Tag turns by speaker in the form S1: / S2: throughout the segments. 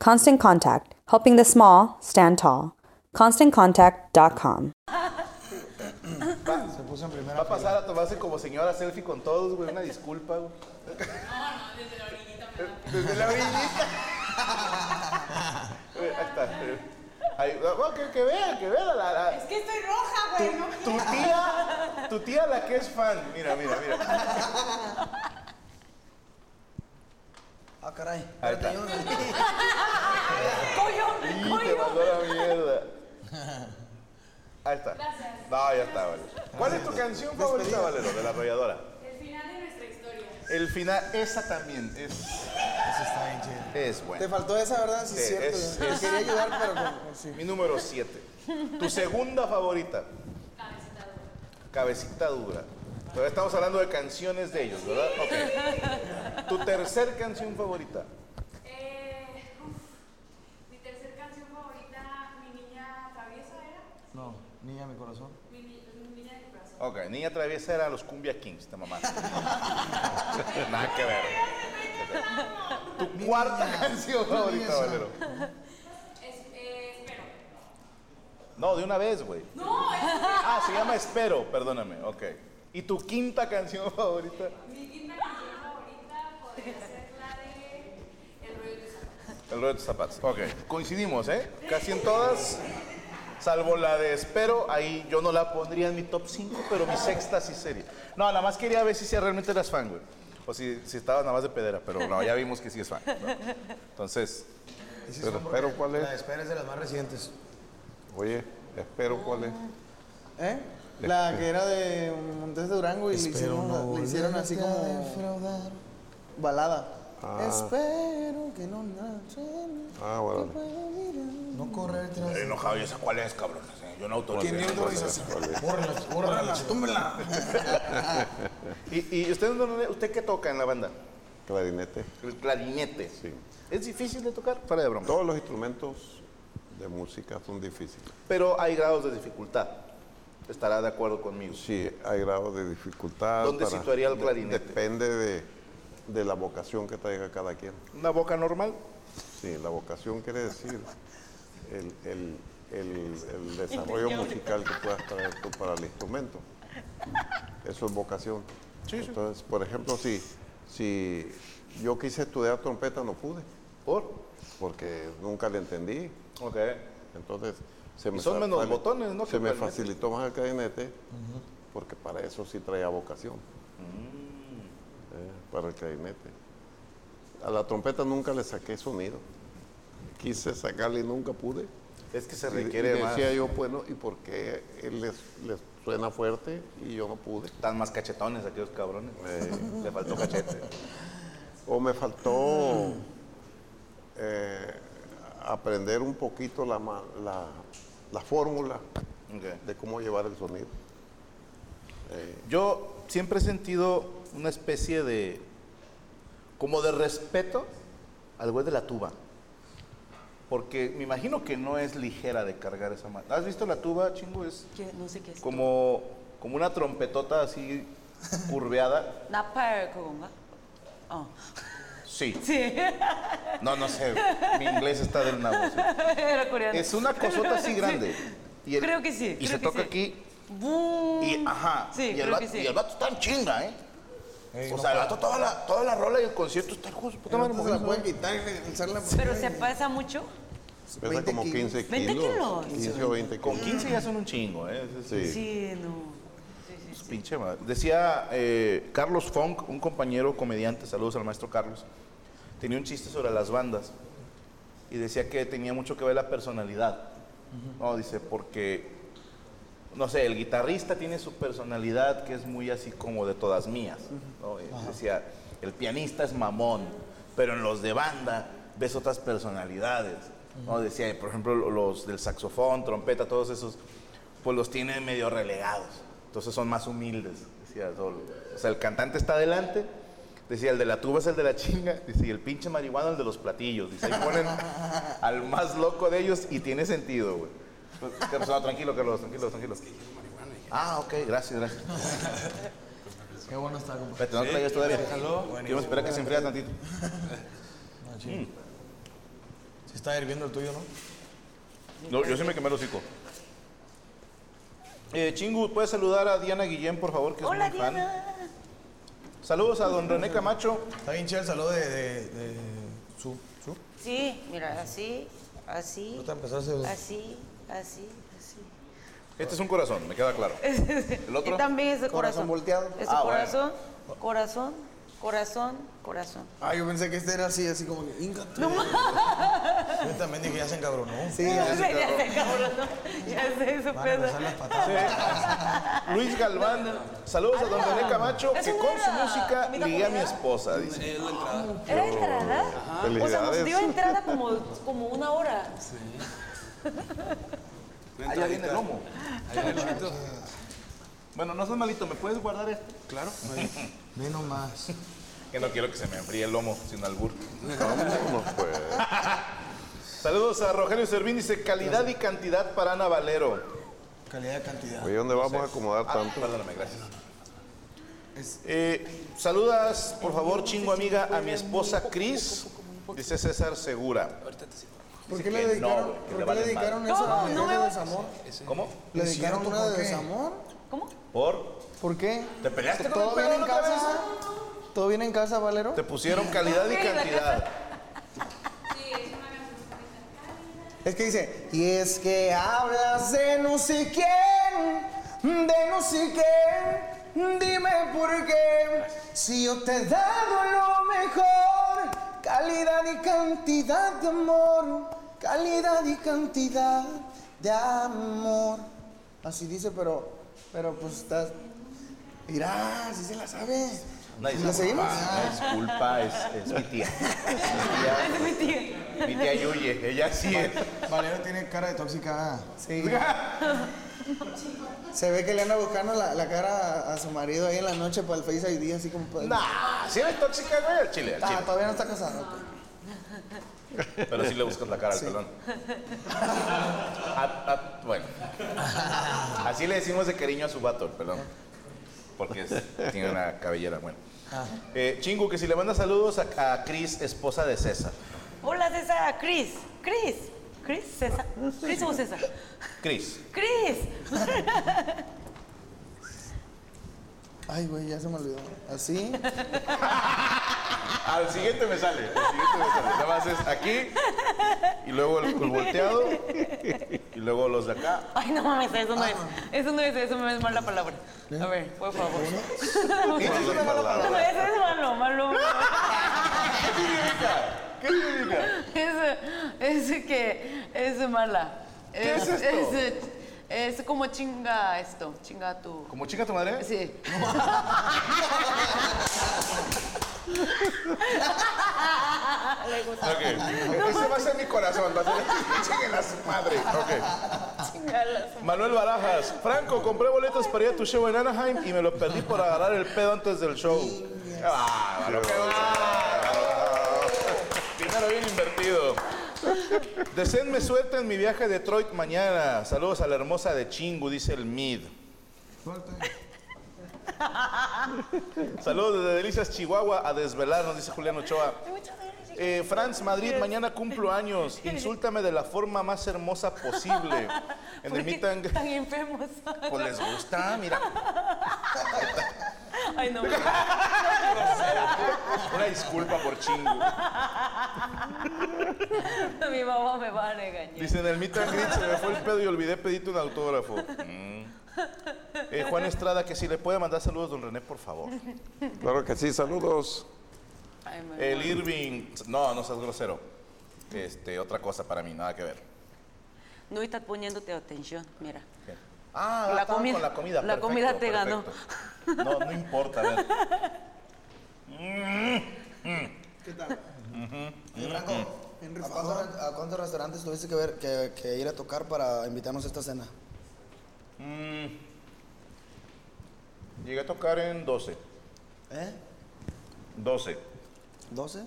S1: Constant Contact, helping the small stand tall. ConstantContact.com.
S2: Va, se puso en primera
S3: Va a pasar a tomarse como señora selfie con todos, güey. Una disculpa, güey. Desde la orillita. Güey, Ahí está. güey. Ahí, no, que, que vea, que vea. La, la-
S4: Es que estoy roja,
S3: tu,
S4: güey. No,
S3: tu tía, tu tía la que es fan. Mira, mira, mira.
S2: Ah, caray.
S3: Ahí está.
S4: coño,
S3: Y te
S4: coño.
S3: mandó la mierda. Ahí está. No, ya está, Valero. ¿Cuál es tu canción favorita, Valero, de la arrolladora? El final de nuestra historia. El final, esa también es,
S2: Eso está bien chido.
S3: es buena.
S5: Te faltó esa, ¿verdad? Sí, es
S3: Sí,
S5: cierto.
S3: es-
S5: Te
S3: es-
S5: Quería ayudar, pero con- con- sí.
S3: Mi número 7. Tu segunda favorita. Cabecita dura. Pero estamos hablando de canciones de ellos, ¿verdad? Ok. Tu tercer canción favorita.
S4: Eh, uf. Mi tercer canción favorita, mi niña traviesa era.
S2: No, niña, mi corazón.
S4: Mi, ni- mi niña de mi corazón.
S3: Ok, Niña Traviesa era los Cumbia Kings, te mamá. Nada que ver. Tu cuarta canción favorita, Valero.
S4: Es, eh, espero.
S3: No, de una vez, güey.
S4: No, es
S3: Ah, se llama Espero, perdóname, ok. ¿Y tu quinta canción favorita?
S4: mi quinta canción favorita podría ser la de El rollo de tus ojos.
S3: El rollo de tus zapatos. Ok. Coincidimos, ¿eh? Casi en todas. Salvo la de Espero, ahí yo no la pondría en mi top 5, pero mi sexta sí sería. No, nada más quería ver si sí realmente eras fan, güey. O si, si estabas nada más de pedera, pero no, ya vimos que sí es fan. ¿no? Entonces, pero, pero ¿cuál
S2: La
S3: es?
S2: espera es de las más recientes.
S3: Oye, espero cuál es.
S5: ¿Eh? La que era de Montes de Durango y le hicieron, le hicieron así como balada.
S3: Ah.
S5: Espero que no Ah, bueno.
S2: No correr tras.
S3: Estoy enojado, yo sé cuál es, cabrón. Yo no autorizo.
S2: ¿Quién dio autorización? Bórrala, bórrala, túmbela.
S3: ¿Y, y usted, no- usted qué toca en la banda?
S6: clarinete.
S3: El clarinete.
S6: Sí.
S3: Es difícil de tocar, fuera de broma.
S6: Todos los instrumentos de música son difíciles.
S3: Pero hay grados de dificultad. Estará de acuerdo conmigo.
S6: Sí, hay grados de dificultad.
S3: ¿Dónde situaría el
S6: de-
S3: clarinete?
S6: Depende de, de la vocación que traiga cada quien.
S3: Una boca normal.
S6: Sí, la vocación quiere decir el, el- el- el desarrollo musical que puedas traer tú para el instrumento. Eso es vocación. Entonces, por ejemplo, si, si yo quise estudiar trompeta, no pude,
S3: ¿Por?
S6: porque nunca le entendí.
S3: Ok.
S6: Entonces, Se
S3: Y son menos
S6: facil-
S3: botones, ¿no?
S6: Se
S3: que
S6: me
S3: realmente.
S6: facilitó más el cadinete porque para eso sí traía vocación.
S3: Mm.
S6: Eh, para el cadinete. A la trompeta nunca le saqué sonido. Quise sacarle y nunca pude.
S3: Es que se
S6: Y- y
S3: requiere más.
S6: decía yo, bueno, ¿y por qué él les, les suena fuerte y yo no pude?
S3: Están más cachetones aquellos cabrones. Le faltó cachete.
S6: O me faltó
S3: Mm.
S6: eh, aprender un poquito la, ma- la, la fórmula
S3: Ok.
S6: de cómo llevar el sonido.
S3: Yo siempre he sentido una especie de. como de respeto al güey de la tuba. Porque me imagino que no es ligera de cargar esa mano. ¿Has visto la tuba, chingo? Es
S7: Yo no sé qué es.
S3: como, como una trompetota así curveada.
S7: La pergunta.
S3: Sí.
S7: Sí,
S3: No, no sé. Mi inglés está del nabo. sí.
S7: era coreano.
S3: Es una cosota así grande. Y el-
S7: Creo que sí,
S3: Y
S7: creo
S3: se
S7: que
S3: toca
S7: sí.
S3: aquí.
S7: Boom.
S3: Y, ajá,
S7: Sí,
S3: y, el
S7: creo
S3: vato,
S7: que sí.
S3: y el vato está en chinga, ¿eh?
S2: Ey,
S3: o
S2: no
S3: sea, el vato toda la, toda la rola y el concierto está el hijo de su puta madre
S2: Entonces la
S3: moviendo,
S2: pueden
S3: ¿eh?
S2: quitar y regresarla.
S7: Pero se pasa mucho.
S6: Pesa
S2: 20
S6: como 15 kilos.
S7: 20 kilos.
S6: 15 o 20
S3: Con
S6: kilos.
S3: 15 ya son un chingo, ¿eh? Es-
S6: Sí.
S3: es-
S7: Sí, no. Sí, sí,
S3: es
S7: sí.
S3: pinche madre. Decía eh, Carlos Funk, un compañero comediante, saludos al maestro Carlos, tenía un chiste sobre las bandas y decía que tenía mucho que ver la personalidad. No, dice, porque, no sé, el guitarrista tiene su personalidad que es muy así como de todas mías. ¿no? Y Decía, el pianista es mamón, pero en los de banda ves otras personalidades. ¿no? Decía, y por ejemplo, lo- los del saxofón, trompeta, todos esos, pues los tiene medio relegados. Entonces son más humildes, decía Sol. O sea, el cantante está adelante, decía, el de la tuba es el de la chinga, dice, y el pinche marihuana el de los platillos. Dice, ahí ponen al más loco de ellos y tiene sentido, güey. Pues, ¿qué pasó? tranquilo, Carlos, tranquilo, tranquilo. Ah, ok, gracias, gracias.
S2: Qué bueno está, compa.
S3: Espérate, no te la lleves todavía. Yo me esperé que se enfriara tantito.
S2: No, chido. Se está hirviendo el tuyo, ¿no?
S3: No, yo sí me quemé los hocico. Eh, Chingu, ¿puedes saludar a Diana Guillén, por favor, que es
S7: Hola,
S3: muy fan?
S7: Diana.
S3: Saludos a don René Camacho.
S2: Está bien chido el saludo de, de, de su, su.
S7: Sí, mira, así, así,
S2: Ahorita empezaste a
S7: así, así, así.
S3: Este es un corazón, me queda claro. ¿El otro?
S7: Y también es de corazón.
S2: Corazón volteado.
S7: Es de
S3: Ah, bueno.
S7: corazón, corazón, corazón, corazón.
S2: Ah, yo pensé que este era así, así como que inga. tú". Yo también dije, ya se encabronó.
S7: Sí, ya sé, ya sé, cabrón. ¿no? Ya sé, eso
S2: Van a
S7: pesa.
S2: empezar las patadas.
S3: Luis Galván. Saludos a don René Camacho, que
S7: Es
S3: con
S7: una
S3: su música
S7: amiga
S3: ligué a mi
S7: comunidad.
S3: esposa, dice.
S7: ¿Era entrada? O sea, nos dio
S6: Felicidades.
S7: entrada como, como una hora.
S3: Allá viene el lomo. Bueno, no seas malito, ¿me puedes guardar esto? Claro.
S2: Ve nomás.
S3: Que no quiero que se me enfríe el lomo sin albur.
S6: Vámonos, pues.
S3: Saludos a Rogelio Servín, dice calidad y cantidad para Ana Valero.
S2: Calidad, cantidad.
S6: Oye, ¿dónde vamos a acomodar
S3: Ah,
S6: tanto?
S3: perdóname, gracias. Eh, saludas, por favor, chingo amiga, a mi esposa Cris, dice César Segura.
S2: ¿Por
S3: Dice que
S2: qué le
S3: no,
S2: dedicaron,
S3: güey, que le
S2: ¿por qué
S3: valen
S2: le dedicaron
S7: madre.
S2: esa
S7: No,
S2: de
S7: no me vas-
S2: desamor?
S3: ¿Cómo?
S2: ¿Le dedicaron una de desamor?
S7: ¿Cómo?
S3: ¿Por?
S2: ¿Por qué?
S3: ¿Te peleaste con
S2: ¿Todo
S3: el
S2: bien
S3: perro
S2: en
S3: otra vez?
S2: casa? ¿Todo bien en casa, Valero?
S3: Te pusieron calidad y cantidad.
S2: Es que dice, y es que hablas de no sé quién, de no sé quién, dime por qué, si yo te he dado lo mejor, calidad y cantidad de amor, calidad y cantidad de amor. Así dice, pero, pero pues estás, mirá, si se la sabe.
S3: Nadie
S2: ¿La
S3: sabe.
S2: seguimos?
S3: Ah, es culpa, es, es mi tía.
S7: Es mi tía.
S3: Mi tía, mi tía Yuye, ella sí es.
S2: Valero tiene cara de tóxica. Sí. Se ve que le anda buscando la, la cara a, a su marido ahí en la noche para el Face ID, así como... para-
S3: Nah, si eres tóxica, güey, al chile, al
S2: Ah,
S3: chile.
S2: todavía no está casado.
S3: Pero sí le buscas la cara al pelón. A- a- bueno. Así le decimos de cariño a su vato, el pelón. Porque es- tiene una cabellera, bueno. Eh, chingu, que si le manda saludos a, a Cris, esposa de César.
S7: Hola, César. Cris. Cris. Cris, César. Cris o César.
S3: Cris.
S7: Cris.
S2: Ay, güey, ya se me olvidó. Así.
S3: Al siguiente me sale. Al siguiente me sale. Nada más es aquí y luego el, el volteado y luego los de acá.
S7: Ay, no mames, eso no es. Eso no es, eso no es mala palabra.
S3: ¿Eh?
S7: A ver, por favor.
S3: Esa es una mala
S7: No,
S3: palabra.
S7: eso es malo, malo. malo.
S3: ¿Qué significa? ¿Qué significa?
S7: Es, es que es mala.
S3: ¿Qué es esto?
S7: Es, es como chinga esto, chinga tu.
S3: ¿Como chica tu madre?
S7: Sí. Le gusta.
S3: Ok. Ese va a ser mi corazón. Va a ser chinguen a su madre. Ok.
S7: Chingala.
S3: Manuel Barajas. Franco, compré boletos para ir a tu show en Anaheim y me lo perdí por agarrar el pedo antes del show. ¡Qué bárbaro, qué bárbaro! Dinero bien invertido. Deseenme suerte en mi viaje a Detroit mañana. Saludos a la hermosa de Chingu, dice el Mid. Saludos desde Delicias, Chihuahua, a desvelarnos, dice Julián Ochoa. Eh, Franz Madrid, mañana cumplo años. Insúltame de la forma más hermosa posible. En
S7: ¿Por
S3: el
S7: qué
S3: meet and-
S7: Tan enfermos.
S3: Pues les gusta, mira.
S7: Ay, no.
S3: Una disculpa por chingo.
S7: Mi mamá me va a regañar.
S3: Dicen, el meet and greet se me fue el pedo y olvidé pedirte un autógrafo. Mm. Eh, Juan Estrada, que si le puede mandar saludos, don René, por favor.
S6: Claro que sí, saludos.
S7: Ay, me-
S3: El Irving, no, no seas grosero. Este, otra cosa para mí, nada que ver.
S7: No estás poniéndote atención, mira.
S3: Bien. Ah,
S7: La
S3: la
S7: comida-
S3: comida, con la comida.
S7: la
S3: perfecto,
S7: comida te ganó.
S3: perfecto. No, no importa, a ver.
S5: Oye, Franco, ¿a cuántos, a cuántos restaurantes tuviste que, ver, que, que ir a tocar para invitarnos a esta cena?
S3: Mm. Llegué a tocar en 12.
S5: ¿Eh?
S3: 12.
S5: ¿12?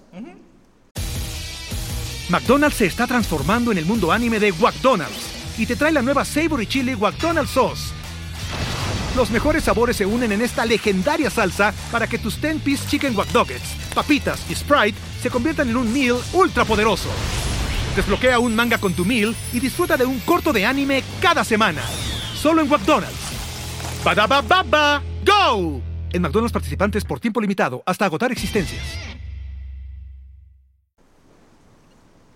S8: McDonald's se está transformando en el mundo anime de McDonald's y te trae la nueva Savory Chili McDonald's Sauce. Los mejores sabores se unen en esta legendaria salsa para que tus 10-piece chicken wack doggets, papitas y Sprite se conviertan en un meal ultra poderoso. Desbloquea un manga con tu meal y disfruta de un corto de anime cada semana. Solo en McDonald's. Badaba baba, go. En McDonald's participantes por tiempo limitado hasta agotar existencias.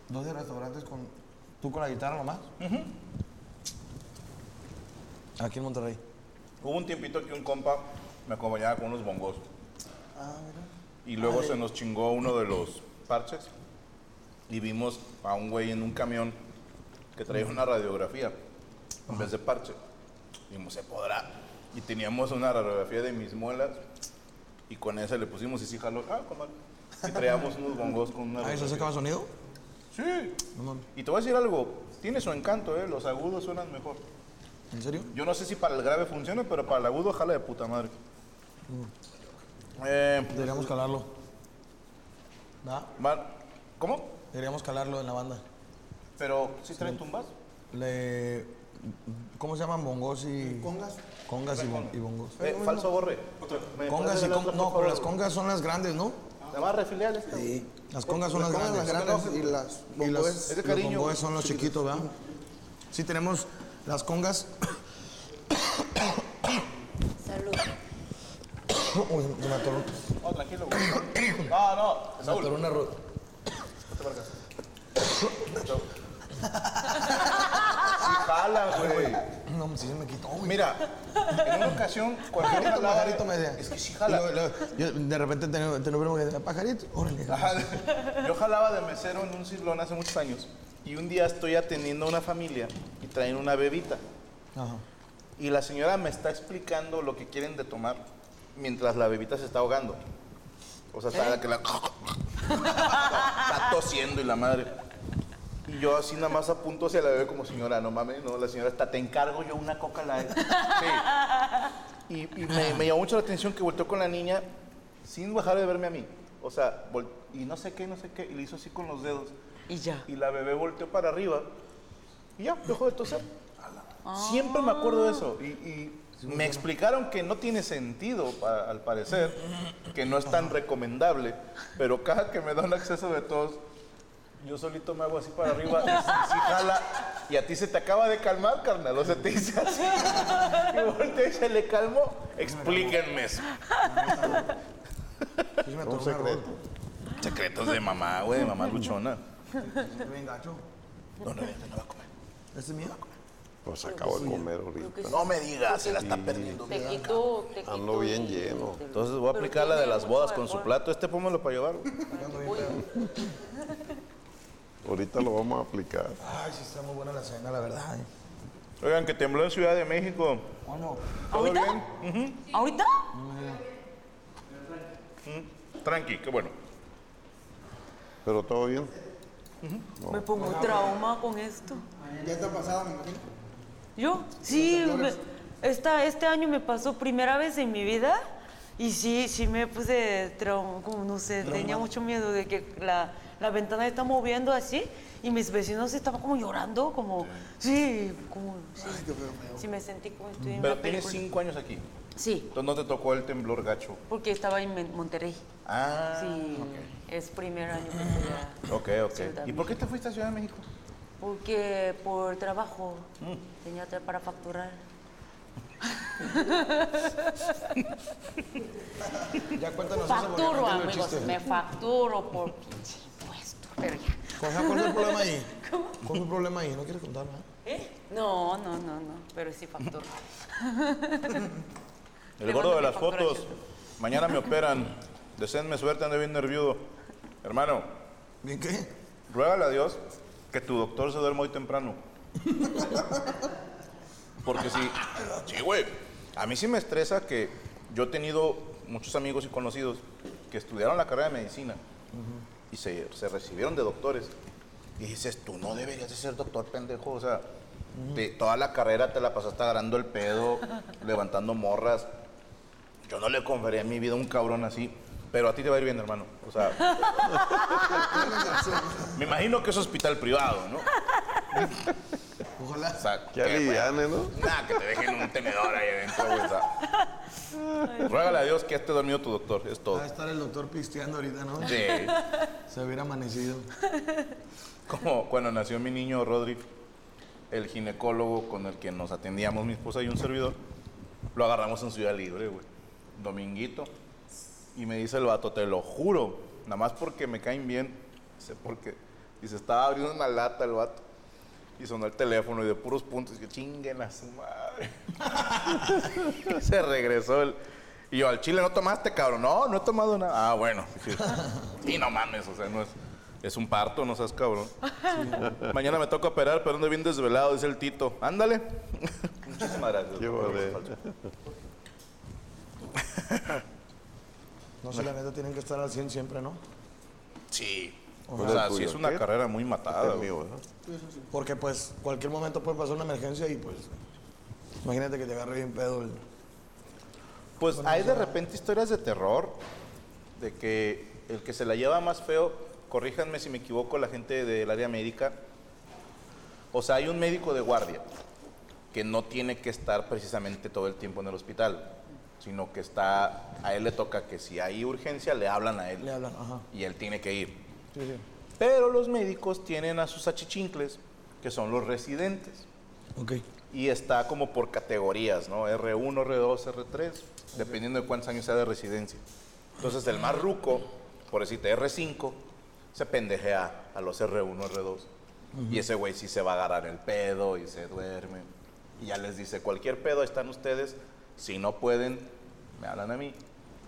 S5: 12 restaurantes con. ¿Tú con la guitarra nomás? Aquí en Monterrey.
S3: Hubo un tiempito que un compa me acompañaba con unos bongos.
S9: Ah,
S3: Y luego se nos chingó uno de los parches y vimos a un güey en un camión que traía una radiografía en vez de parche. Dijimos, se podrá. Y teníamos una radiografía de mis muelas y con esa le pusimos y sí jaló. Ah, comadre. Y traíamos unos bongos con una
S9: Ah, ¿eso
S3: radiografía.
S9: sacaba sonido?
S3: Sí.
S9: No mames.
S3: Y te voy a decir algo, tiene su encanto, ¿eh? Los agudos suenan mejor.
S9: ¿En serio?
S3: Yo no sé si para el grave funciona, pero para el agudo jala de puta madre. Mm. Eh,
S9: Deberíamos calarlo. ¿Va?
S3: va- ¿Cómo?
S9: Deberíamos calarlo en la banda.
S3: Pero si traen tumbas.
S9: Le... ¿Cómo se llaman? Bongos y...
S5: ¿Congas?
S9: Congas y, bon- y bongos.
S3: Eh, falso borre. ¿Me
S9: Congas
S3: puedes
S9: y...
S3: dar
S9: con-
S3: otra,
S9: No,
S3: por
S9: pero las
S3: favor?
S9: congas son las grandes, ¿no?
S3: La más refilial esta.
S5: Sí.
S9: Las congas son las
S5: congas,
S9: grandes.
S5: las grandes y las
S9: Y las-
S5: bongos.
S3: Es de
S9: los
S3: cariño.
S9: bongos son los chiquitos, ¿verdad? Sí, tenemos las congas.
S7: Salud.
S9: Uy, se me atoró,
S3: No, tranquilo, güey. No, no.
S9: se me atoró
S3: Saúl,
S9: una ro-
S3: jala, güey.
S9: No, sí se me quitó, güey.
S3: Mira, en una ocasión, cualquier
S9: Pajarito,
S3: jalada-
S9: pajarito me decía.
S3: Es que sí
S9: Y luego-
S3: jala.
S9: luego, yo de repente te te lo vieron que decía, pajarito, órale.
S3: Ajá. Yo jalaba de mesero en un cislón hace muchos años. Y un día estoy atendiendo a una familia y traen una bebita.
S9: Ajá.
S3: y la señora me está explicando lo que quieren de tomar mientras la bebita se está ahogando. O sea, está, que la... está tosiendo y la madre. Y yo así nada más apunto hacia la bebé como señora, no mames, no, la señora está, te encargo yo una coca light. Sí. Y, y me, me llamó mucho la atención que volteó con la niña sin bajar de verme a mí. O sea, vol- y no sé qué, no sé qué, y le hizo así con los dedos.
S7: Y ya.
S3: Y la bebé volteó para arriba y ya, dejó de toser. Siempre me acuerdo de eso. Y, y me explicaron que no tiene sentido, pa- al parecer, que no es tan recomendable, pero cada que me da un acceso de tos, yo solito me hago así para arriba, y si jala, y a ti se te acaba de calmar, carnal. O sea, te dice así, y voltea y se le calmó. Explíquenme
S9: Sí
S3: eso.
S9: se Pues me atoró
S6: Un
S9: una
S6: secreto.
S9: rola.
S3: Secretos de mamá, güey, mamá luchona.
S9: bien gacho?
S3: No, no, no va a comer.
S9: ¿Ese es mío?
S6: Pues acabo de comer ahorita.
S3: No me digas, se la está perdiendo.
S7: Te quito, te quito.
S6: Ando bien lleno.
S3: Entonces voy a aplicar la de las bodas con su plato. Este pómelo para llevar. güey.
S6: Ahorita lo vamos a aplicar.
S9: Ay, sí, está muy buena la cena, la verdad. ¿eh?
S3: Oigan, que tembló en Ciudad de México.
S9: Coño,
S3: ¿Todo
S7: ¿Ahorita?
S3: bien?
S7: ¿Ahorita?
S3: Tranqui, qué bueno.
S6: Pero todo bien.
S7: Me pongo trauma con esto.
S9: ya está pasado, me imagino.
S7: ¿Yo? Sí, me- esta, este año me pasó primera vez en mi vida y sí, sí me puse trauma, como no sé, tenía mucho miedo de que la, la ventana está moviendo así y mis vecinos estaban como llorando, como, sí, como, sí, Sí me sentí como estoy en
S3: Pero
S7: una
S3: tienes
S7: película.
S3: cinco años aquí.
S7: Sí,
S3: Entonces no te tocó el temblor gacho.
S7: porque estaba en Men- Monterrey.
S3: Ah,
S7: Sí, es primer año que estoy a-
S3: ok,
S7: Ciudad
S3: ok. ¿Y por qué te fuiste a Ciudad de México?
S7: Porque por trabajo
S5: Mm.
S7: tenía tra- para facturar.
S9: Ya cuéntanos eso. porque
S7: Facturo,
S9: cuéntalo el
S7: amigos,
S9: chiste.
S7: me facturo por pinche impuesto, pero ya.
S9: ¿Cuál fue- cuál fue el problema ahí? ¿Cuál fue el problema ahí? ¿No quieres contar nada?
S7: ¿Eh? No, no, no, no, pero sí facturo.
S3: El
S7: Le mando
S3: gordo de
S7: mi
S3: las
S7: factura
S3: fotos. Mañana me operan. Deseenme suerte, ando bien nervioso. Hermano,
S9: ¿Bien qué?
S3: ruégale a Dios que tu doctor se duerma hoy temprano. Porque sí. Sí, güey. A mí sí me estresa que yo he tenido muchos amigos y conocidos que estudiaron la carrera de medicina y se, se recibieron de doctores. Y dices, tú no deberías de ser doctor, pendejo. O sea, te- toda la carrera te la pasaste agarrando el pedo, levantando morras. Yo no le confería en mi vida a un cabrón así. Pero a ti te va a ir bien, hermano. O sea, me imagino que es hospital privado, ¿no?
S9: Ojalá.
S3: O sea,
S6: Qué
S3: que, pues,
S6: aliviane, ¿no?
S3: Nada, que te dejen un tenedor ahí adentro, güey. o sea. Ruégale a Dios que esté dormido tu doctor, es todo.
S9: Va a estar el doctor pisteando ahorita, ¿no?
S3: Sí.
S9: Se hubiera amanecido.
S3: Como cuando nació mi niño Rodri, el ginecólogo con el que nos atendíamos, mi esposa y un servidor, lo agarramos en Ciudad Libre, güey. Dominguito. Y me dice el vato, te lo juro, nada más porque me caen bien. Dice, porque. Dice, estaba abriendo una lata el vato. Y sonó el teléfono y de puros puntos. Y yo, chinguen a su madre. Se regresó el. Y yo, al chile no tomaste, cabrón. No, no he tomado nada. Ah, bueno. Y no mames, o sea, no es. Es un parto, no seas cabrón. Mañana me toca operar, pero ando bien desvelado, dice el Tito. Ándale. Muchísimas gracias.
S6: Qué vale.
S9: No sé, la neta tienen que estar al 100 siempre, ¿no?
S3: Sí. O
S6: Ojalá.
S3: sea,
S6: Tuyo,
S3: sí es una
S6: ¿qué?
S3: carrera muy matada.
S6: Es
S3: güey.
S6: mío, ¿verdad?
S9: Porque pues cualquier momento puede pasar una emergencia y pues imagínate que te agarre bien pedo. el-
S3: Pues hay de repente historias de terror, de que el que se la lleva más feo, corríjanme si me equivoco, la gente del área médica, o sea, hay un médico de guardia que no tiene que estar precisamente todo el tiempo en el hospital, sino que está, a él le toca que si hay urgencia le hablan a él
S9: Le hablan, ajá.
S3: y él tiene que ir.
S9: Sí, sí.
S3: Pero los médicos tienen a sus achichincles, que son los residentes
S9: Ok.
S3: y está como por categorías, ¿no? R1, R2, R3, dependiendo de cuántos años sea de residencia. Entonces, el más ruco, por decirte R5, se pendejea a los R1, R2. Y ese güey sí se va a agarrar el pedo y se duerme. Y ya les dice, cualquier pedo, ahí están ustedes. Si no pueden, me hablan a mí.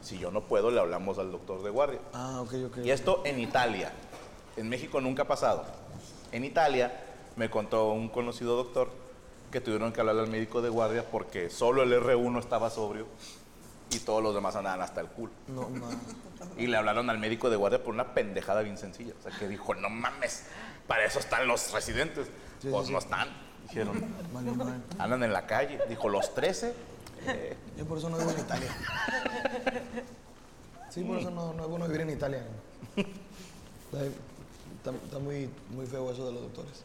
S3: Si yo no puedo, le hablamos al doctor de guardia.
S9: Ah, ok, ok.
S3: Y esto en Italia. En México nunca ha pasado. En Italia me contó un conocido doctor que tuvieron que hablar al médico de guardia porque solo el R1 estaba sobrio y todos los demás andaban hasta el culo.
S9: No, ma.
S3: Y le hablaron al médico de guardia por una pendejada bien sencilla. O sea, que dijo, no mames, para eso están los residentes.
S9: Sí,
S3: pues
S9: sí,
S3: no
S9: sí.
S3: están, dijeron.
S9: Vale, madre.
S3: Andan en la calle. Dijo, los 13.
S9: Yo por eso no vivo en Italia. Sí, por eso no, no es bueno vivir en Italia. Está, está- está muy, muy feo eso de los doctores.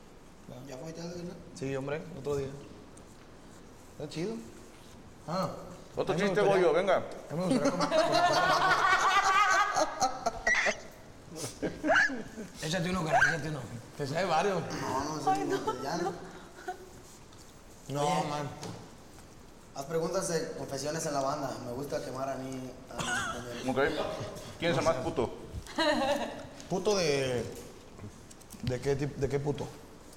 S9: ¿Ya fue allá de verdad? Sí, hombre, otro día. Está chido. Ah.
S3: Otro
S9: a mí me
S3: chiste,
S9: gustaría-
S3: Goyo, venga.
S9: A mí me gustaría comer- comer- Échate uno, cara, échate uno. Te sé varios.
S7: Ay, no, no.
S9: No, man.
S5: Haz preguntas de confesiones en la banda. Me gusta quemar a mí. A mí
S3: Ok. ¿Quién es el más puto?
S9: ¿Puto de. ¿De qué, tip- de qué puto?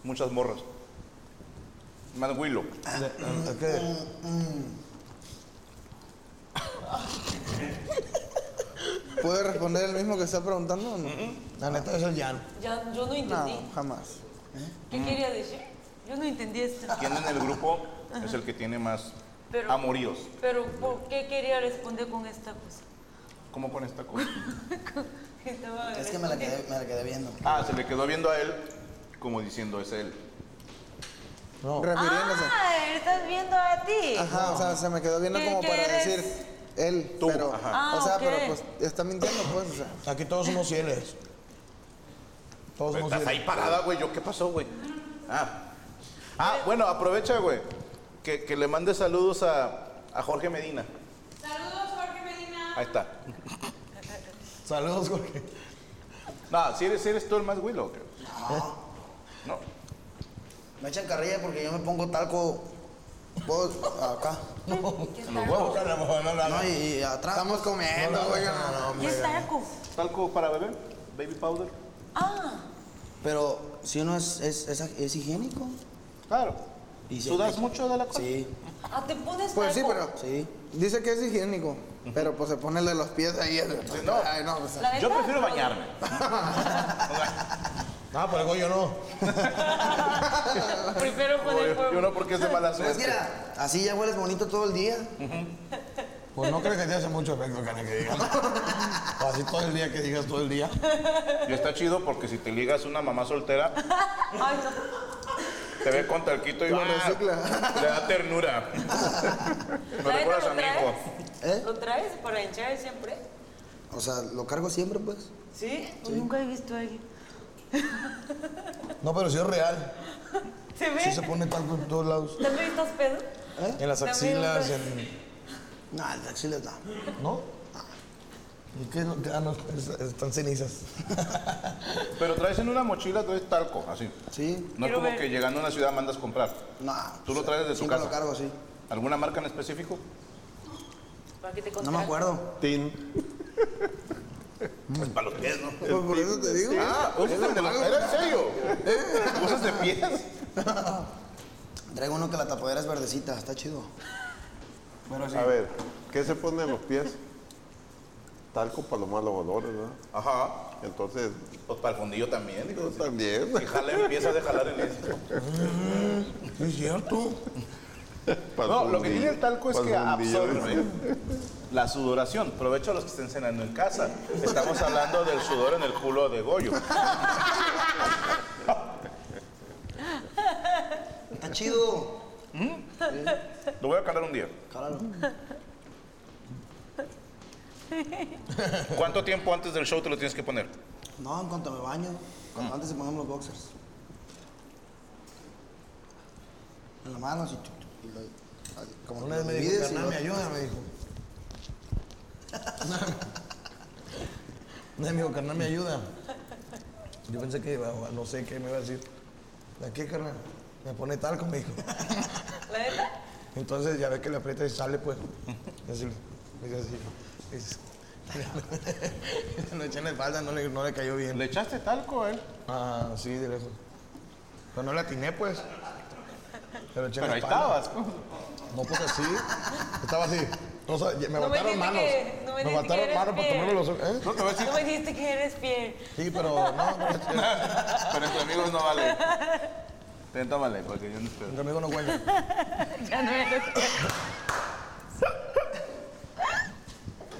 S3: Muchas morras. Más Willow.
S9: ¿De, de qué?
S5: Mm, ¿Puede responder el mismo que está preguntando o no?
S9: La neta es el llano.
S7: Ya, yo no entendí.
S5: No, jamás. Mm.
S7: ¿Qué quería decir? Yo no entendí esto.
S5: Ah.
S3: ¿Quién en el grupo es el que tiene más
S7: Pero-
S3: amoríos?
S7: Pero ¿por qué quería responder con esta cosa?
S3: ¿Cómo con esta cosa?
S7: Estaba
S5: Es que me la quedé, me la quedé viendo.
S3: Ah, se le quedó viendo a él como diciendo es él.
S9: No.
S5: Refiriéndose.
S7: Ah, estás viendo a ti.
S5: Ajá, o sea, se me quedó viendo
S7: ¿Qué-
S5: como
S7: qué
S5: para
S7: eres?
S5: decir él,
S3: Tú,
S5: pero,
S3: ajá.
S5: o sea,
S7: Ah, ok.
S5: pero pues está mintiendo, pues, o sea,
S9: Aquí todos somos fieles. Todos somos
S3: Estás
S9: fieles.
S3: Pues, ahí parada, güey. ¿Yo qué pasó, güey? Ah. Ah, bueno, aprovecha, güey. Que, que le mande saludos a, a Jorge Medina.
S4: Saludos, Jorge Medina.
S3: Ahí está.
S9: Saludos, Jorge.
S3: No, si eres, si eres tú el más Willow. güey. No.
S5: me echan carrilla porque yo me pongo talco puedo- acá. No, y, y atrás. Estamos comiendo, güey. no, no,
S7: ¿Qué es taco?
S3: Talco para beber, baby powder.
S5: Pero si uno es, es, es, es higiénico.
S3: Claro.
S5: Y
S3: ¿Sudas mucho de la cosa?
S5: Sí.
S7: Ah, te pones
S5: Pues sí,
S7: talco?
S5: pero dice que es higiénico, pero pues se pone el de los pies ahí. no. Ay, no, pues,
S7: La neta,
S3: Yo prefiero
S7: no.
S3: bañarme.
S9: Ah, pero luego yo no.
S7: Prefiero poner
S3: Yo,
S7: huevo.
S3: yo no porque es de mala
S5: Pues
S3: suerte.
S5: mira, así ya hueles bonito todo el día.
S9: Pues no creo que te hace mucho efecto, Cani, que digas. O así todo el día que digas todo el día.
S3: Y está chido porque si te ligas una mamá soltera,
S7: Ay, no.
S3: te ve con talquito y
S5: Lo
S3: ¡ah!
S5: recicla.
S3: le da ternura. Me
S7: ¿La neta
S3: recuerdas
S7: lo
S3: a mi hijo.
S7: traes?
S5: ¿Eh?
S7: ¿Lo traes para hinchar siempre?
S5: O sea, lo cargo siempre, pues.
S7: ¿Sí? Nunca he visto a alguien.
S9: No, pero sí es real.
S7: ¿Se ve?
S9: Sí ¿Eh? se pone talco en todos lados.
S7: ¿También estás pedo?
S9: En las axilas, en.
S5: ¿Eh? No, el taxi les da.
S9: ¿No? ¿Y qué es lo que ah, no, es- Están cenizas.
S3: Pero traes en una mochila, traes talco, así.
S5: Sí.
S3: No es
S7: Quiero
S3: como
S7: ver.
S3: que llegando a una ciudad mandas comprar.
S5: No.
S3: ¿Tú lo traes desde tu
S5: Siempre
S3: casa?
S5: lo cargo, sí.
S3: ¿Alguna marca en específico?
S7: ¿Para qué te
S5: No me
S7: contratan?
S5: acuerdo.
S6: Tin.
S3: Pues para los pies, ¿no?
S5: Pues por eso te digo.
S3: Ah, usas el de los ¿Era en serio? ¿Usas de pies?
S5: Traigo uno que la tapadera es verdecita, está chido.
S6: A ver, ¿qué se pone en los pies? Talco para los malos olores, ¿verdad?
S3: Ajá.
S6: Entonces,
S3: Pues para el fondillo también.
S6: yo
S3: digo, sí.
S6: también.
S3: Y jala, empieza a jalar en eso.
S9: Sí, es cierto.
S6: Pa'l
S3: No, lo que
S6: fundillo,
S3: tiene el talco es
S6: pa'l
S3: que
S6: fundillo.
S3: absorbe la sudoración. Provecho a los que estén cenando en casa. Estamos hablando del sudor en el culo de Goyo.
S5: Está chido.
S3: Lo voy a calar un día.
S5: Cálalo.
S3: ¿Cuánto tiempo antes del show te lo tienes que poner?
S5: No, en cuanto me baño. Cuando antes se ponían los boxers. En las manos y, chuc, chuc, y lo- así, como
S9: Una vez me dijo,
S5: divides y
S9: carnal,
S5: lo-
S9: me ayuda, me dijo. Una vez me dijo, carnal, me ayuda. Yo pensé que, iba a- no sé qué me iba a decir. ¿De qué, carnal? Me pone talco, me dijo.
S7: ¿La neta?
S9: Entonces ya ve que le aprieta y sale, pues. Y así, le- y así. y dice, lo eché en la espalda, no le, no le cayó bien.
S3: ¿Le echaste talco ¿eh? a él?
S9: Ah, sí, de lejos. Pero no le atiné, pues. Pero, eché en
S3: Pero
S9: la
S3: ahí
S9: espalda.
S3: estabas.
S9: No, pues así. Estaba así. O sea, me
S7: No me
S9: mataron
S7: dijiste
S9: manos.
S7: que- no me
S9: me
S7: dijiste que
S9: mataron
S7: eres
S9: manos para tomarme
S7: fiel.
S9: los ojos. ¿Eh?
S3: No te voy a decir,
S7: Tú me dijiste que eres fiel.
S9: Sí, pero no, pero es-
S3: pero entre amigos no vale. Ven, tómale, porque yo no espero.
S9: es- conmigo no huele.
S7: Ya no eres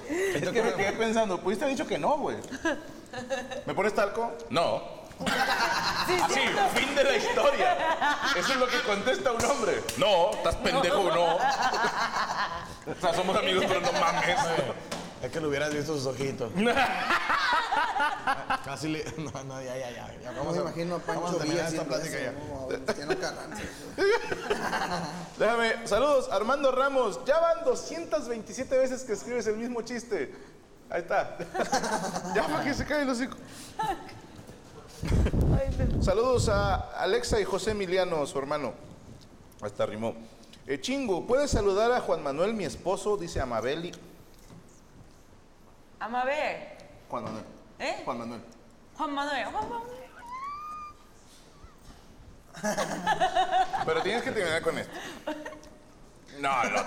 S3: Es que me quedé pensando, pudiste haber dicho que no, güey. ¿Me pones talco? No. Así, fin de la historia. Eso es lo que contesta un hombre. No, estás pendejo o no. O sea, somos amigos, pero no mames.
S9: Es que le hubieras visto sus ojitos. Casi le. No, no, ya, ya, ya. ya
S5: No
S9: vamos
S5: me
S9: a-
S5: imagino a
S9: Vamos a
S5: Pancho
S9: terminar esta
S5: Villa haciendo
S9: plática
S5: eso,
S9: ya.
S5: ¿no? A ver, Tiene un canal.
S3: Déjame, saludos, Armando Ramos. Ya van 227 veces que escribes el mismo chiste. Ahí está. ya para que se cae el hocico. Saludos a Alexa y José Emiliano, su hermano. Hasta rimó. Eh, chingo, ¿puedes saludar a Juan Manuel, mi esposo? Dice Amabeli.
S7: Ama a ver.
S3: Juan Manuel.
S7: ¿Eh?
S3: Juan Manuel.
S7: Juan Manuel, Juan Manuel.
S3: Pero tienes que terminar con esto. No, no.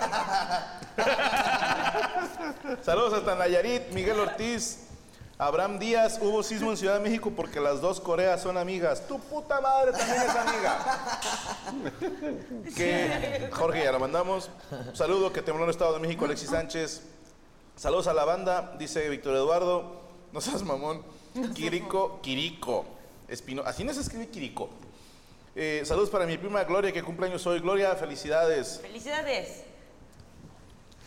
S3: Saludos hasta Nayarit, Miguel Ortiz, Abraham Díaz. Hubo sismo en Ciudad de México porque las dos Coreas son amigas. Tu puta madre también es amiga. Que- Jorge, ya lo mandamos. Saludo que tembló en Estado de México, Alexis Sánchez. Saludos a la banda, dice Víctor Eduardo. No seas mamón. Quirico, Quirico. Espino. Así no se escribe Quirico. Eh, saludos para mi prima Gloria, que cumpleaños hoy. Gloria, felicidades.
S7: Felicidades.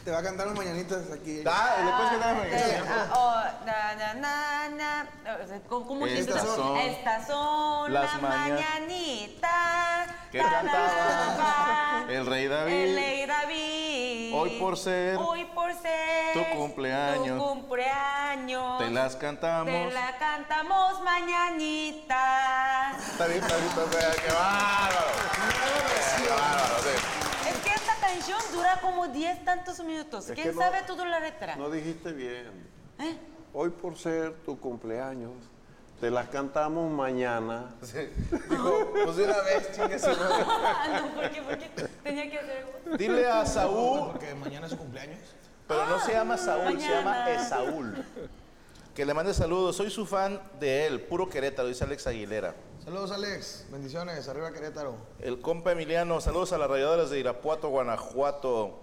S5: Te va a cantar las mañanitas aquí.
S3: Ah, ¿le puedes cantar las
S7: Eh,
S3: mañanitas?
S7: ah, oh, na, na, na, na. O sea, ¿Cómo cómo es que
S3: Estas
S7: empieza?
S3: son
S7: Estas son
S3: las
S7: las
S3: maña-
S7: mañanitas.
S3: que
S7: ta, la, la,
S3: cantaba
S7: la.
S3: el rey David.
S7: El rey David.
S3: Hoy por ser
S7: Hoy por ser.
S3: tu
S7: Tu
S3: cumpleaños.
S7: cumpleaños.
S3: Te las cantamos.
S7: Te la cantamos mañanitas.
S3: Está bien, está bien, está bien. ¡Qué bárbaro! ¡Qué bárbaro! sí.
S7: Es que esta canción dura como diez tantos minutos.
S6: Es que
S7: ¿Quién
S6: no-
S7: sabe toda la letra?
S6: No dijiste bien.
S7: ¿Eh?
S6: Hoy por ser tu cumpleaños, te las cantamos mañana.
S3: Sí. Dijo, pues de una vez, chingue su madre.
S7: no, ¿por qué? ¿Por qué? Tenía que hacer algo.
S3: Dile a Saúl,
S9: Porque mañana es su cumpleaños.
S3: pero no se llama Saúl, se llama
S7: mañana.
S3: Esaúl. Que le mande saludos. Soy su fan de él, puro Querétaro, dice Alex Aguilera.
S9: Saludos, Alex. Bendiciones. Arriba Querétaro.
S3: El compa Emiliano, saludos a las rayadoras de Irapuato, Guanajuato.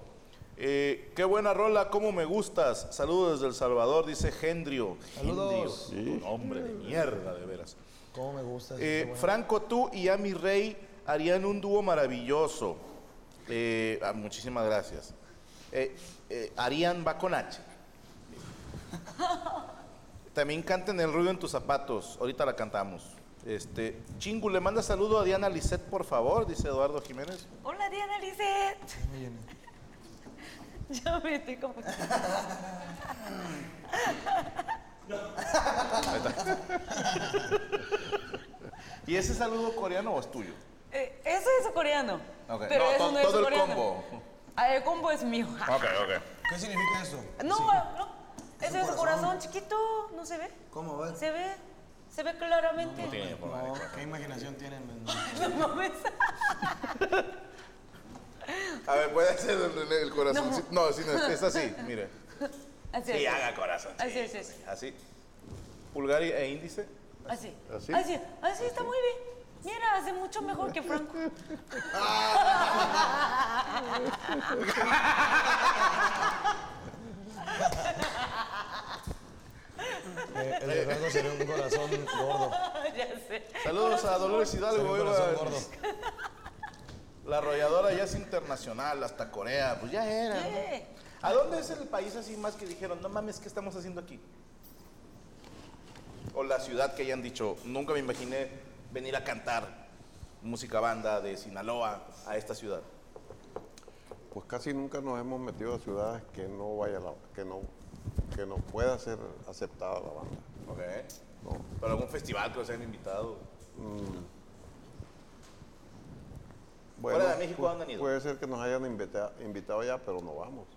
S3: Eh, qué buena rola, cómo me gustas. Saludos desde El Salvador, dice Gendrio.
S9: Saludos.
S3: Gendrio, un hombre de mierda, de veras.
S9: ¿Cómo me gusta?
S3: Eh, Franco, tú y Ami Rey harían un dúo maravilloso. Eh, ah, muchísimas gracias. Eh, eh, Harían va con H. También canten el ruido en tus zapatos. Ahorita la cantamos. Este, Chingu, le manda saludo a Diana Lisset, por favor, dice Eduardo Jiménez.
S7: Hola Diana Lisset. Ya me estoy como.
S3: ¿Y ese saludo coreano o es tuyo?
S7: Eh, eso es coreano.
S3: Ok.
S7: Pero
S3: No,
S7: eso
S3: to-
S7: no es
S3: todo el
S7: coreano.
S3: combo.
S7: Ah, el combo es mío.
S3: Ok, ok.
S9: ¿Qué significa eso?
S7: No, no. Ese es su corazón chiquito. ¿No se ve?
S9: ¿Cómo va?
S7: Se ve. Se ve claramente. No,
S9: No, ¿Qué imaginación tienen? No.
S7: mames.
S3: A ver, puede hacer el, el corazón.
S7: No.
S3: Sí, No, sí, no, es así, mire.
S7: Así,
S3: Sí,
S7: así.
S3: haga corazón. sí,
S7: Así es, así
S3: güey. Así. Pulgar y- e índice.
S7: Así.
S6: ¿Así?
S7: Así. Así. está muy bien. Mira, hace mucho mejor que Franco.
S9: Eh, el de Franco sería un corazón gordo.
S7: ya sé.
S3: Saludos a Dolores
S9: Sería
S3: Hidalgo.
S9: un
S3: iba-
S9: corazón gordo.
S3: La arrolladora ya es internacional, hasta Corea. Pues ya era. ¿no?
S7: Eh,
S3: ¿A dónde es el país así más que dijeron, no mames, ¿qué estamos haciendo aquí? O la ciudad que hayan dicho, nunca me imaginé venir a cantar música banda de Sinaloa a esta ciudad.
S6: Pues casi nunca nos hemos metido a ciudades que no vaya la- que no, que no pueda ser aceptada la banda.
S3: Ok.
S6: ¿no?
S3: Para algún festival que los hayan invitado.
S6: Bueno,
S3: Fuera de México,
S6: pu-
S3: ¿a dónde han ido?
S6: Puede ser que nos hayan invita- invitado ya, pero no vamos.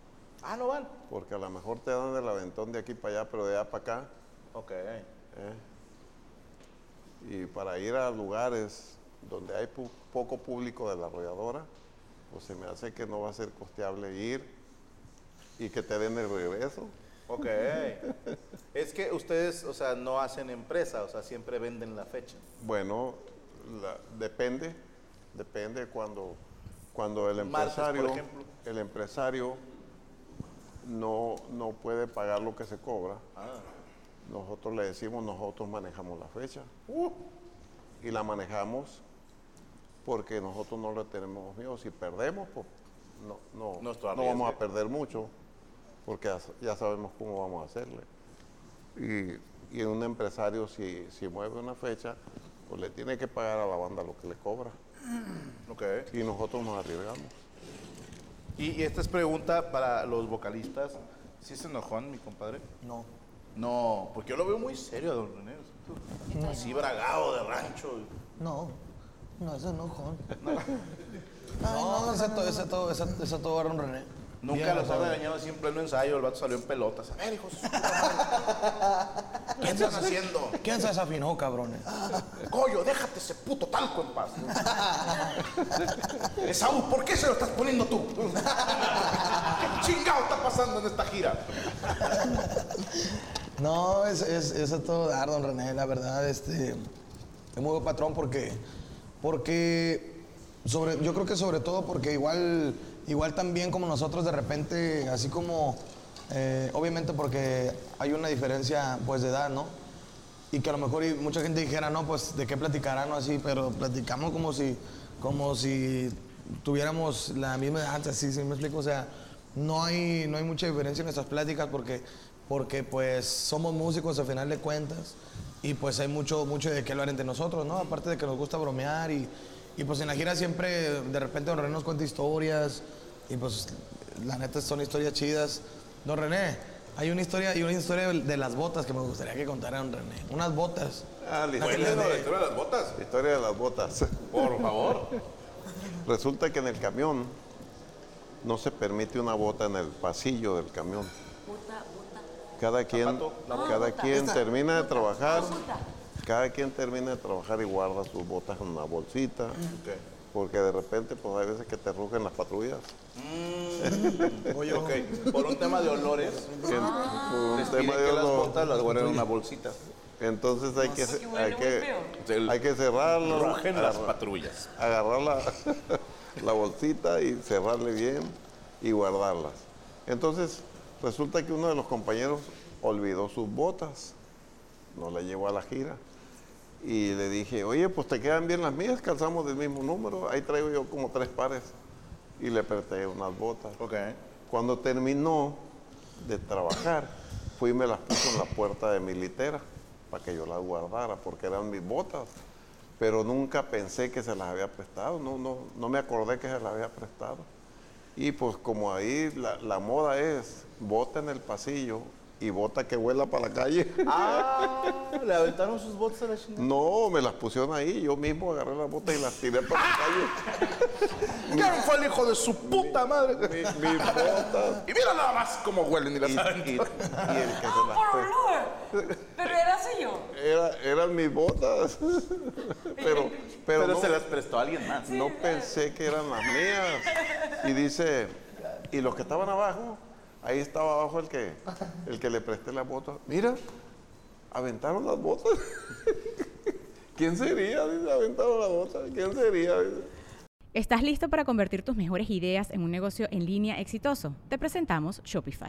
S3: Ah, no van.
S6: Porque a lo mejor te dan el aventón de aquí para allá, pero de allá para acá.
S3: Ok.
S6: ¿eh? Y para ir a lugares donde hay pu- poco público de la arrolladora, pues se me hace que no va a ser costeable ir y que te den el regreso.
S3: Ok. es que ustedes, o sea, no hacen empresa, o sea, siempre venden la fecha.
S6: Bueno, la- depende, depende cuando, cuando el
S3: Un martes, por
S6: empresario,
S3: ejemplo.
S6: el empresario no, no puede pagar lo que se cobra. Nosotros le decimos, nosotros manejamos la fecha. Y la manejamos porque nosotros no le tenemos miedo. Si perdemos, pues no, no,
S3: No es tu
S6: no vamos
S3: arriesgue.
S6: a perder mucho porque ya, ya sabemos cómo vamos a hacerle. Y, y un empresario, si, si mueve una fecha, pues le tiene que pagar a la banda lo que le cobra.
S3: Ok.
S6: Y nosotros nos arriesgamos.
S3: Y, y esta es pregunta para los vocalistas. ¿Sí se enojón, mi compadre?
S9: No.
S3: No, porque yo lo veo muy serio, don René. Así bragado de rancho.
S5: No, no, eso no, Juan.
S9: No, ese todo, ese todo, ese, ese todo era un René.
S3: Nunca
S9: Bien,
S3: los han
S9: René.
S3: regañado siempre en un ensayo, el vato salió en pelotas. A ver, hijos. de su puta madre. ¿Qué estás haciendo?
S9: ¿Quién se desafinó, cabrones?
S3: Coyo, déjate ese puto talco en paz. Esaú, ¿por qué se lo estás poniendo tú? ¿Qué chingado está pasando en esta gira?
S9: No, es, es, es a todo dar, don René, la verdad, este, es muy buen patrón porque, porque sobre, yo creo que sobre todo porque igual, igual también como nosotros de repente, así como, eh, obviamente porque hay una diferencia pues de edad, ¿no? Y que a lo mejor y mucha gente dijera, no, pues de qué platicarán o así, pero platicamos como si, como si tuviéramos la misma edad, así, ¿sí me explico? O sea, no hay, no hay mucha diferencia en nuestras pláticas porque, porque pues somos músicos a final de cuentas y pues hay mucho, mucho de qué hablar entre nosotros, ¿no? Aparte de que nos gusta bromear y, y pues en la gira siempre de repente Don René nos cuenta historias y pues la neta son historias chidas. Don René, hay una historia y una historia de las botas que me gustaría que contara Don René. Unas botas.
S6: Ah, la
S3: Cuéntanos
S6: historia
S3: la
S6: de- Oh,
S3: historia de las botas,
S6: la historia de las botas.
S3: por favor.
S6: Resulta que en el camión no se permite una bota en el pasillo del camión. Cada quien,
S7: Ah,
S6: cada quien termina de trabajar, cada quien termina de trabajar y guarda sus botas en una bolsita, porque de repente pues hay veces que te rugen las patrullas.
S3: Oye, ok, por un tema de olores,
S7: Ah.
S6: En- por un
S3: les
S6: tema
S3: piden
S6: de
S3: que las
S6: olor.
S3: botas las guarden en una bolsita.
S6: Entonces hay que,
S7: Porque huele
S6: hay
S7: muy
S6: que,
S3: El-
S6: hay que Ah, cerrarlo,
S3: Rugen las
S6: agarrar-
S3: patrullas.
S6: agarrar la, la bolsita y cerrarle bien y guardarlas. Entonces, resulta que uno de los compañeros olvidó sus botas, no la llevó a la gira. Y le dije, oye, pues te quedan bien las mías, calzamos del mismo número, ahí traigo yo como tres pares. Y le presté unas botas.
S3: Ok.
S6: Cuando terminó de trabajar, fui y me las puso en la puerta de mi litera para que yo las guardara, porque eran mis botas. Pero nunca pensé que se las había prestado, no, no, no me acordé que se las había prestado. Y pues como ahí la, la moda es bota en el pasillo y bota que vuela para la calle.
S3: Ah, le aventaron sus botas a la chingada.
S6: No, me las pusieron ahí, yo mismo agarré las botas y las tiré para la calle.
S3: ¿Quién fue el hijo de su puta madre?
S6: Mi- mis botas.
S3: Y mira nada más cómo huelen y
S6: Y,
S3: las
S6: y- y el
S3: aventó.
S6: que se
S7: ¡Ah,
S6: las
S7: por
S6: prestó.
S7: olor! Pero era suyo.
S6: Era- eran mis botas. pero pero,
S3: Pero,
S6: no,
S3: se las prestó a alguien más.
S6: no pensé que eran las mías. Y dice, y los que estaban abajo, ahí estaba abajo el que, el que le presté las botas. Mira, aventaron las botas. ¿Quién sería? Dice, aventaron las botas. ¿Quién sería? Dice.
S10: ¿Estás listo para convertir tus mejores ideas en un negocio en línea exitoso? Te presentamos Shopify.